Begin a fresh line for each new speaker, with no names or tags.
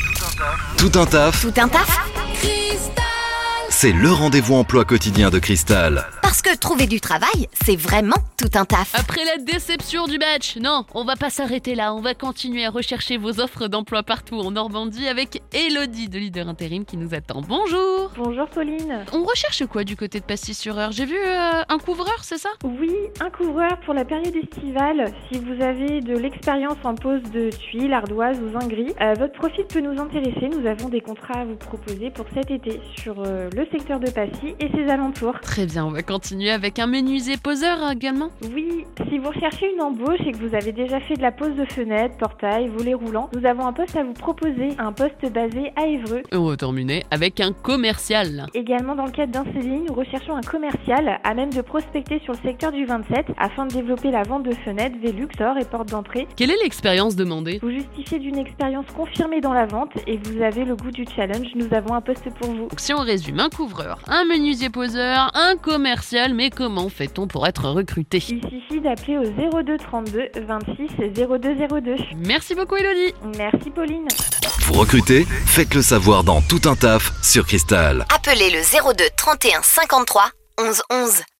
Tout un taf,
Tout un taf
c'est le rendez-vous emploi quotidien de Cristal.
Parce que trouver du travail, c'est vraiment tout un taf.
Après la déception du match, non, on va pas s'arrêter là, on va continuer à rechercher vos offres d'emploi partout en Normandie avec Elodie de Leader Intérim qui nous attend. Bonjour
Bonjour Pauline.
On recherche quoi du côté de Pastis-sur-Eure J'ai vu euh, un couvreur, c'est ça
Oui, un couvreur pour la période estivale. Si vous avez de l'expérience en pose de tuiles, ardoises ou gris, votre profil peut nous intéresser. Nous avons des contrats à vous proposer pour cet été sur euh, le secteur de Passy et ses alentours.
Très bien, on va continuer avec un menuisier poseur euh, également.
Oui, si vous recherchez une embauche et que vous avez déjà fait de la pose de fenêtres, portails, volets roulants, nous avons un poste à vous proposer, un poste basé à Évreux.
Et on va terminer Euh, avec un commercial.
Également dans le cadre d'un CDI, nous recherchons un commercial à même de prospecter sur le secteur du 27 afin de développer la vente de fenêtres, Velux, hors et portes d'entrée.
Quelle est l'expérience demandée
Vous justifiez d'une expérience confirmée dans la vente et vous avez le goût du challenge, nous avons un poste pour vous.
Donc si on résume, un couvreur, un menuisier poseur, un commercial, mais comment fait-on pour être recruté
Il suffit d'appeler au 02 32 26 0202.
Merci beaucoup Elodie
Merci Pauline.
Vous recrutez Faites le savoir dans Tout un taf sur Cristal.
Appelez le 02 31 53 11 11.